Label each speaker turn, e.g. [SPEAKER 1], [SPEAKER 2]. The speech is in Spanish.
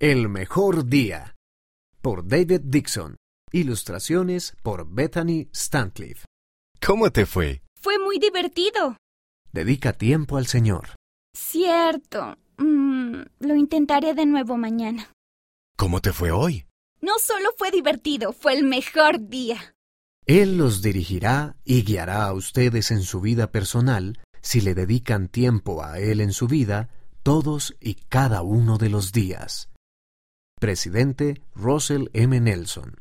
[SPEAKER 1] El mejor día por David Dixon. Ilustraciones por Bethany Stantliff.
[SPEAKER 2] ¿Cómo te fue?
[SPEAKER 3] Fue muy divertido.
[SPEAKER 1] Dedica tiempo al Señor.
[SPEAKER 3] Cierto. Mm, lo intentaré de nuevo mañana.
[SPEAKER 2] ¿Cómo te fue hoy?
[SPEAKER 3] No solo fue divertido, fue el mejor día.
[SPEAKER 1] Él los dirigirá y guiará a ustedes en su vida personal si le dedican tiempo a Él en su vida todos y cada uno de los días. Presidente Russell M. Nelson